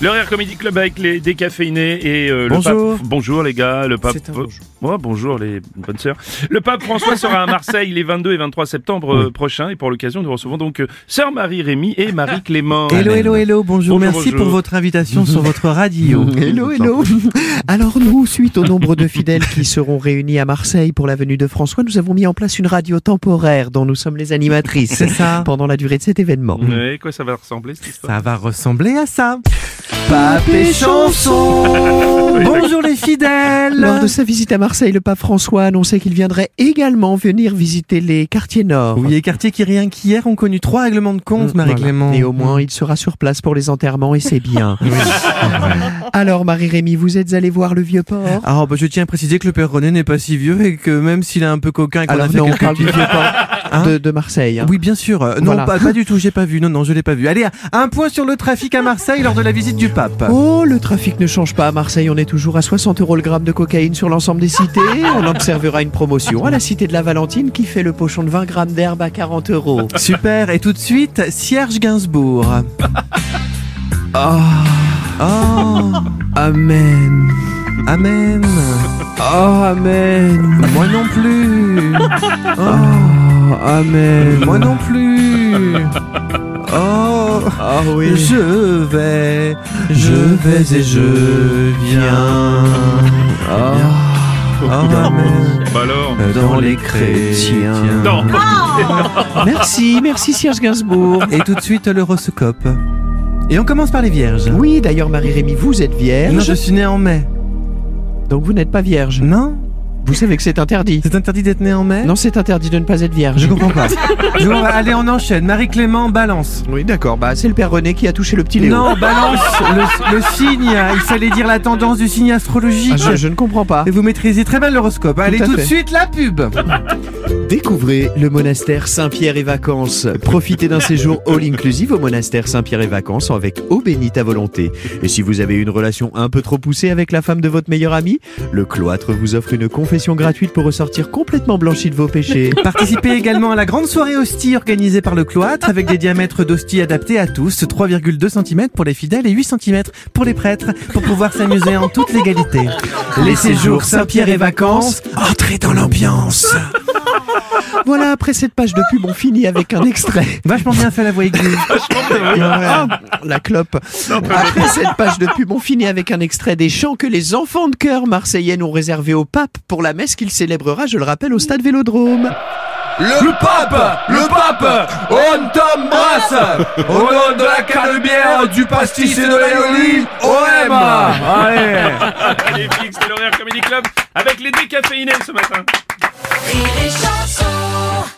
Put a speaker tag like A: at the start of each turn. A: Le Rire Comedy Club avec les décaféinés et euh, le
B: Bonjour.
A: pape. Bonjour les gars, le pape.
B: C'est un
A: Oh, bonjour. les bonnes sœurs. Le pape François sera à Marseille les 22 et 23 septembre euh, prochains et pour l'occasion nous recevons donc euh, sœur Marie Rémy et Marie Clément.
B: Hello, hello, hello,
A: Bonjour,
B: bonjour, merci
A: bonjour.
B: pour votre invitation sur votre radio.
C: Hello, hello. Alors nous, suite au nombre de fidèles qui seront réunis à Marseille pour la venue de François, nous avons mis en place une radio temporaire dont nous sommes les animatrices
B: C'est ça.
C: pendant la durée de cet événement.
A: Ouais, quoi ça va ressembler cette histoire
B: Ça va ressembler à ça. Bah,
C: Pape et chanson
B: Bonjour les fidèles.
C: Lors de sa visite à Marseille, le pape François annonçait qu'il viendrait également venir visiter les quartiers nord. Mm,
B: Oui, les quartiers qui rien qu'hier ont connu trois règlements de compte, Marie-Clément.
C: Et au moins, il sera sur place pour les enterrements et c'est bien. Alors, Marie-Rémy, vous êtes allée voir le vieux port
B: Ah, bah, je tiens à préciser que le père René n'est pas si vieux et que même s'il est un peu coquin et qu'on a
C: Alors
B: fait
C: non, on
B: quelques
C: parle du vieux port
B: Hein
C: de, de Marseille. hein.
B: Oui, bien sûr. Euh, Non,
C: Voilà.
B: pas, pas du tout, j'ai pas vu. Non, non, je l'ai pas vu. Allez, un point sur le trafic à Marseille lors de la visite du pape.
C: Oh, le trafic ne change pas à Marseille. On est toujours à 60 euros le gramme de cocaïne sur l'ensemble des cités. On observera une promotion à la cité de la Valentine qui fait le pochon de 20 grammes d'herbe à 40 euros.
B: Super, et tout de suite, Serge Gainsbourg. Oh,
C: Amen.
B: Amen.
C: Oh, amen.
B: Moi non plus.
C: Oh, amen.
B: Moi non plus. Oh,
C: Ah oui.
B: je vais, je vais et je viens. Oh, amen.
A: Bah alors.
B: Dans les chrétiens.
A: Non.
C: Merci, merci Serge Gainsbourg.
B: Et tout de suite l'horoscope. Et on commence par les vierges.
C: Oui, d'ailleurs, Marie-Rémy, vous êtes
B: Non,
C: vierge.
B: je suis né en mai.
C: Donc vous n'êtes pas vierge.
B: Non
C: Vous savez que c'est interdit.
B: C'est interdit d'être né en mai
C: Non, c'est interdit de ne pas être
B: Je
C: vierge.
B: comprends pas. Je vois- allez, on enchaîne. Marie-Clément, balance.
C: Oui, d'accord. Bah, c'est le père René qui a touché le petit Léo.
B: Non, balance le, le signe. Il fallait dire la tendance du signe astrologique.
C: Ah, je, je ne comprends pas.
B: Et vous maîtrisez très bien l'horoscope. Allez,
C: à
B: tout de
C: fait.
B: suite, la pub.
C: Découvrez le monastère Saint-Pierre et Vacances. Profitez d'un séjour all-inclusive au monastère Saint-Pierre et Vacances avec eau bénite à volonté. Et si vous avez une relation un peu trop poussée avec la femme de votre meilleur ami, le cloître vous offre une confession gratuite pour ressortir complètement blanchi de vos péchés.
B: Participez également à la grande soirée hostie organisée par le cloître avec des diamètres d'hostie adaptés à tous, 3,2 cm pour les fidèles et 8 cm pour les prêtres, pour pouvoir s'amuser en toute légalité. Les séjours Saint-Pierre et vacances, entrez dans l'ambiance.
C: Voilà, après cette page de pub, on finit avec un extrait.
B: Vachement bien fait la voix aiguë.
C: Ah, la clope. Après cette page de pub, on finit avec un extrait des chants que les enfants de cœur marseillais ont réservés au pape pour la messe qu'il célébrera, je le rappelle, au stade Vélodrome.
D: Le pape, le pape, on t'embrasse Au nom de la canebière, du pastis et de l'aioli, on aime
B: Ah
D: Allez
A: Allez fixe, c'est l'horaire Comedy Club avec les décaféinés ce matin.
E: Rire et chanson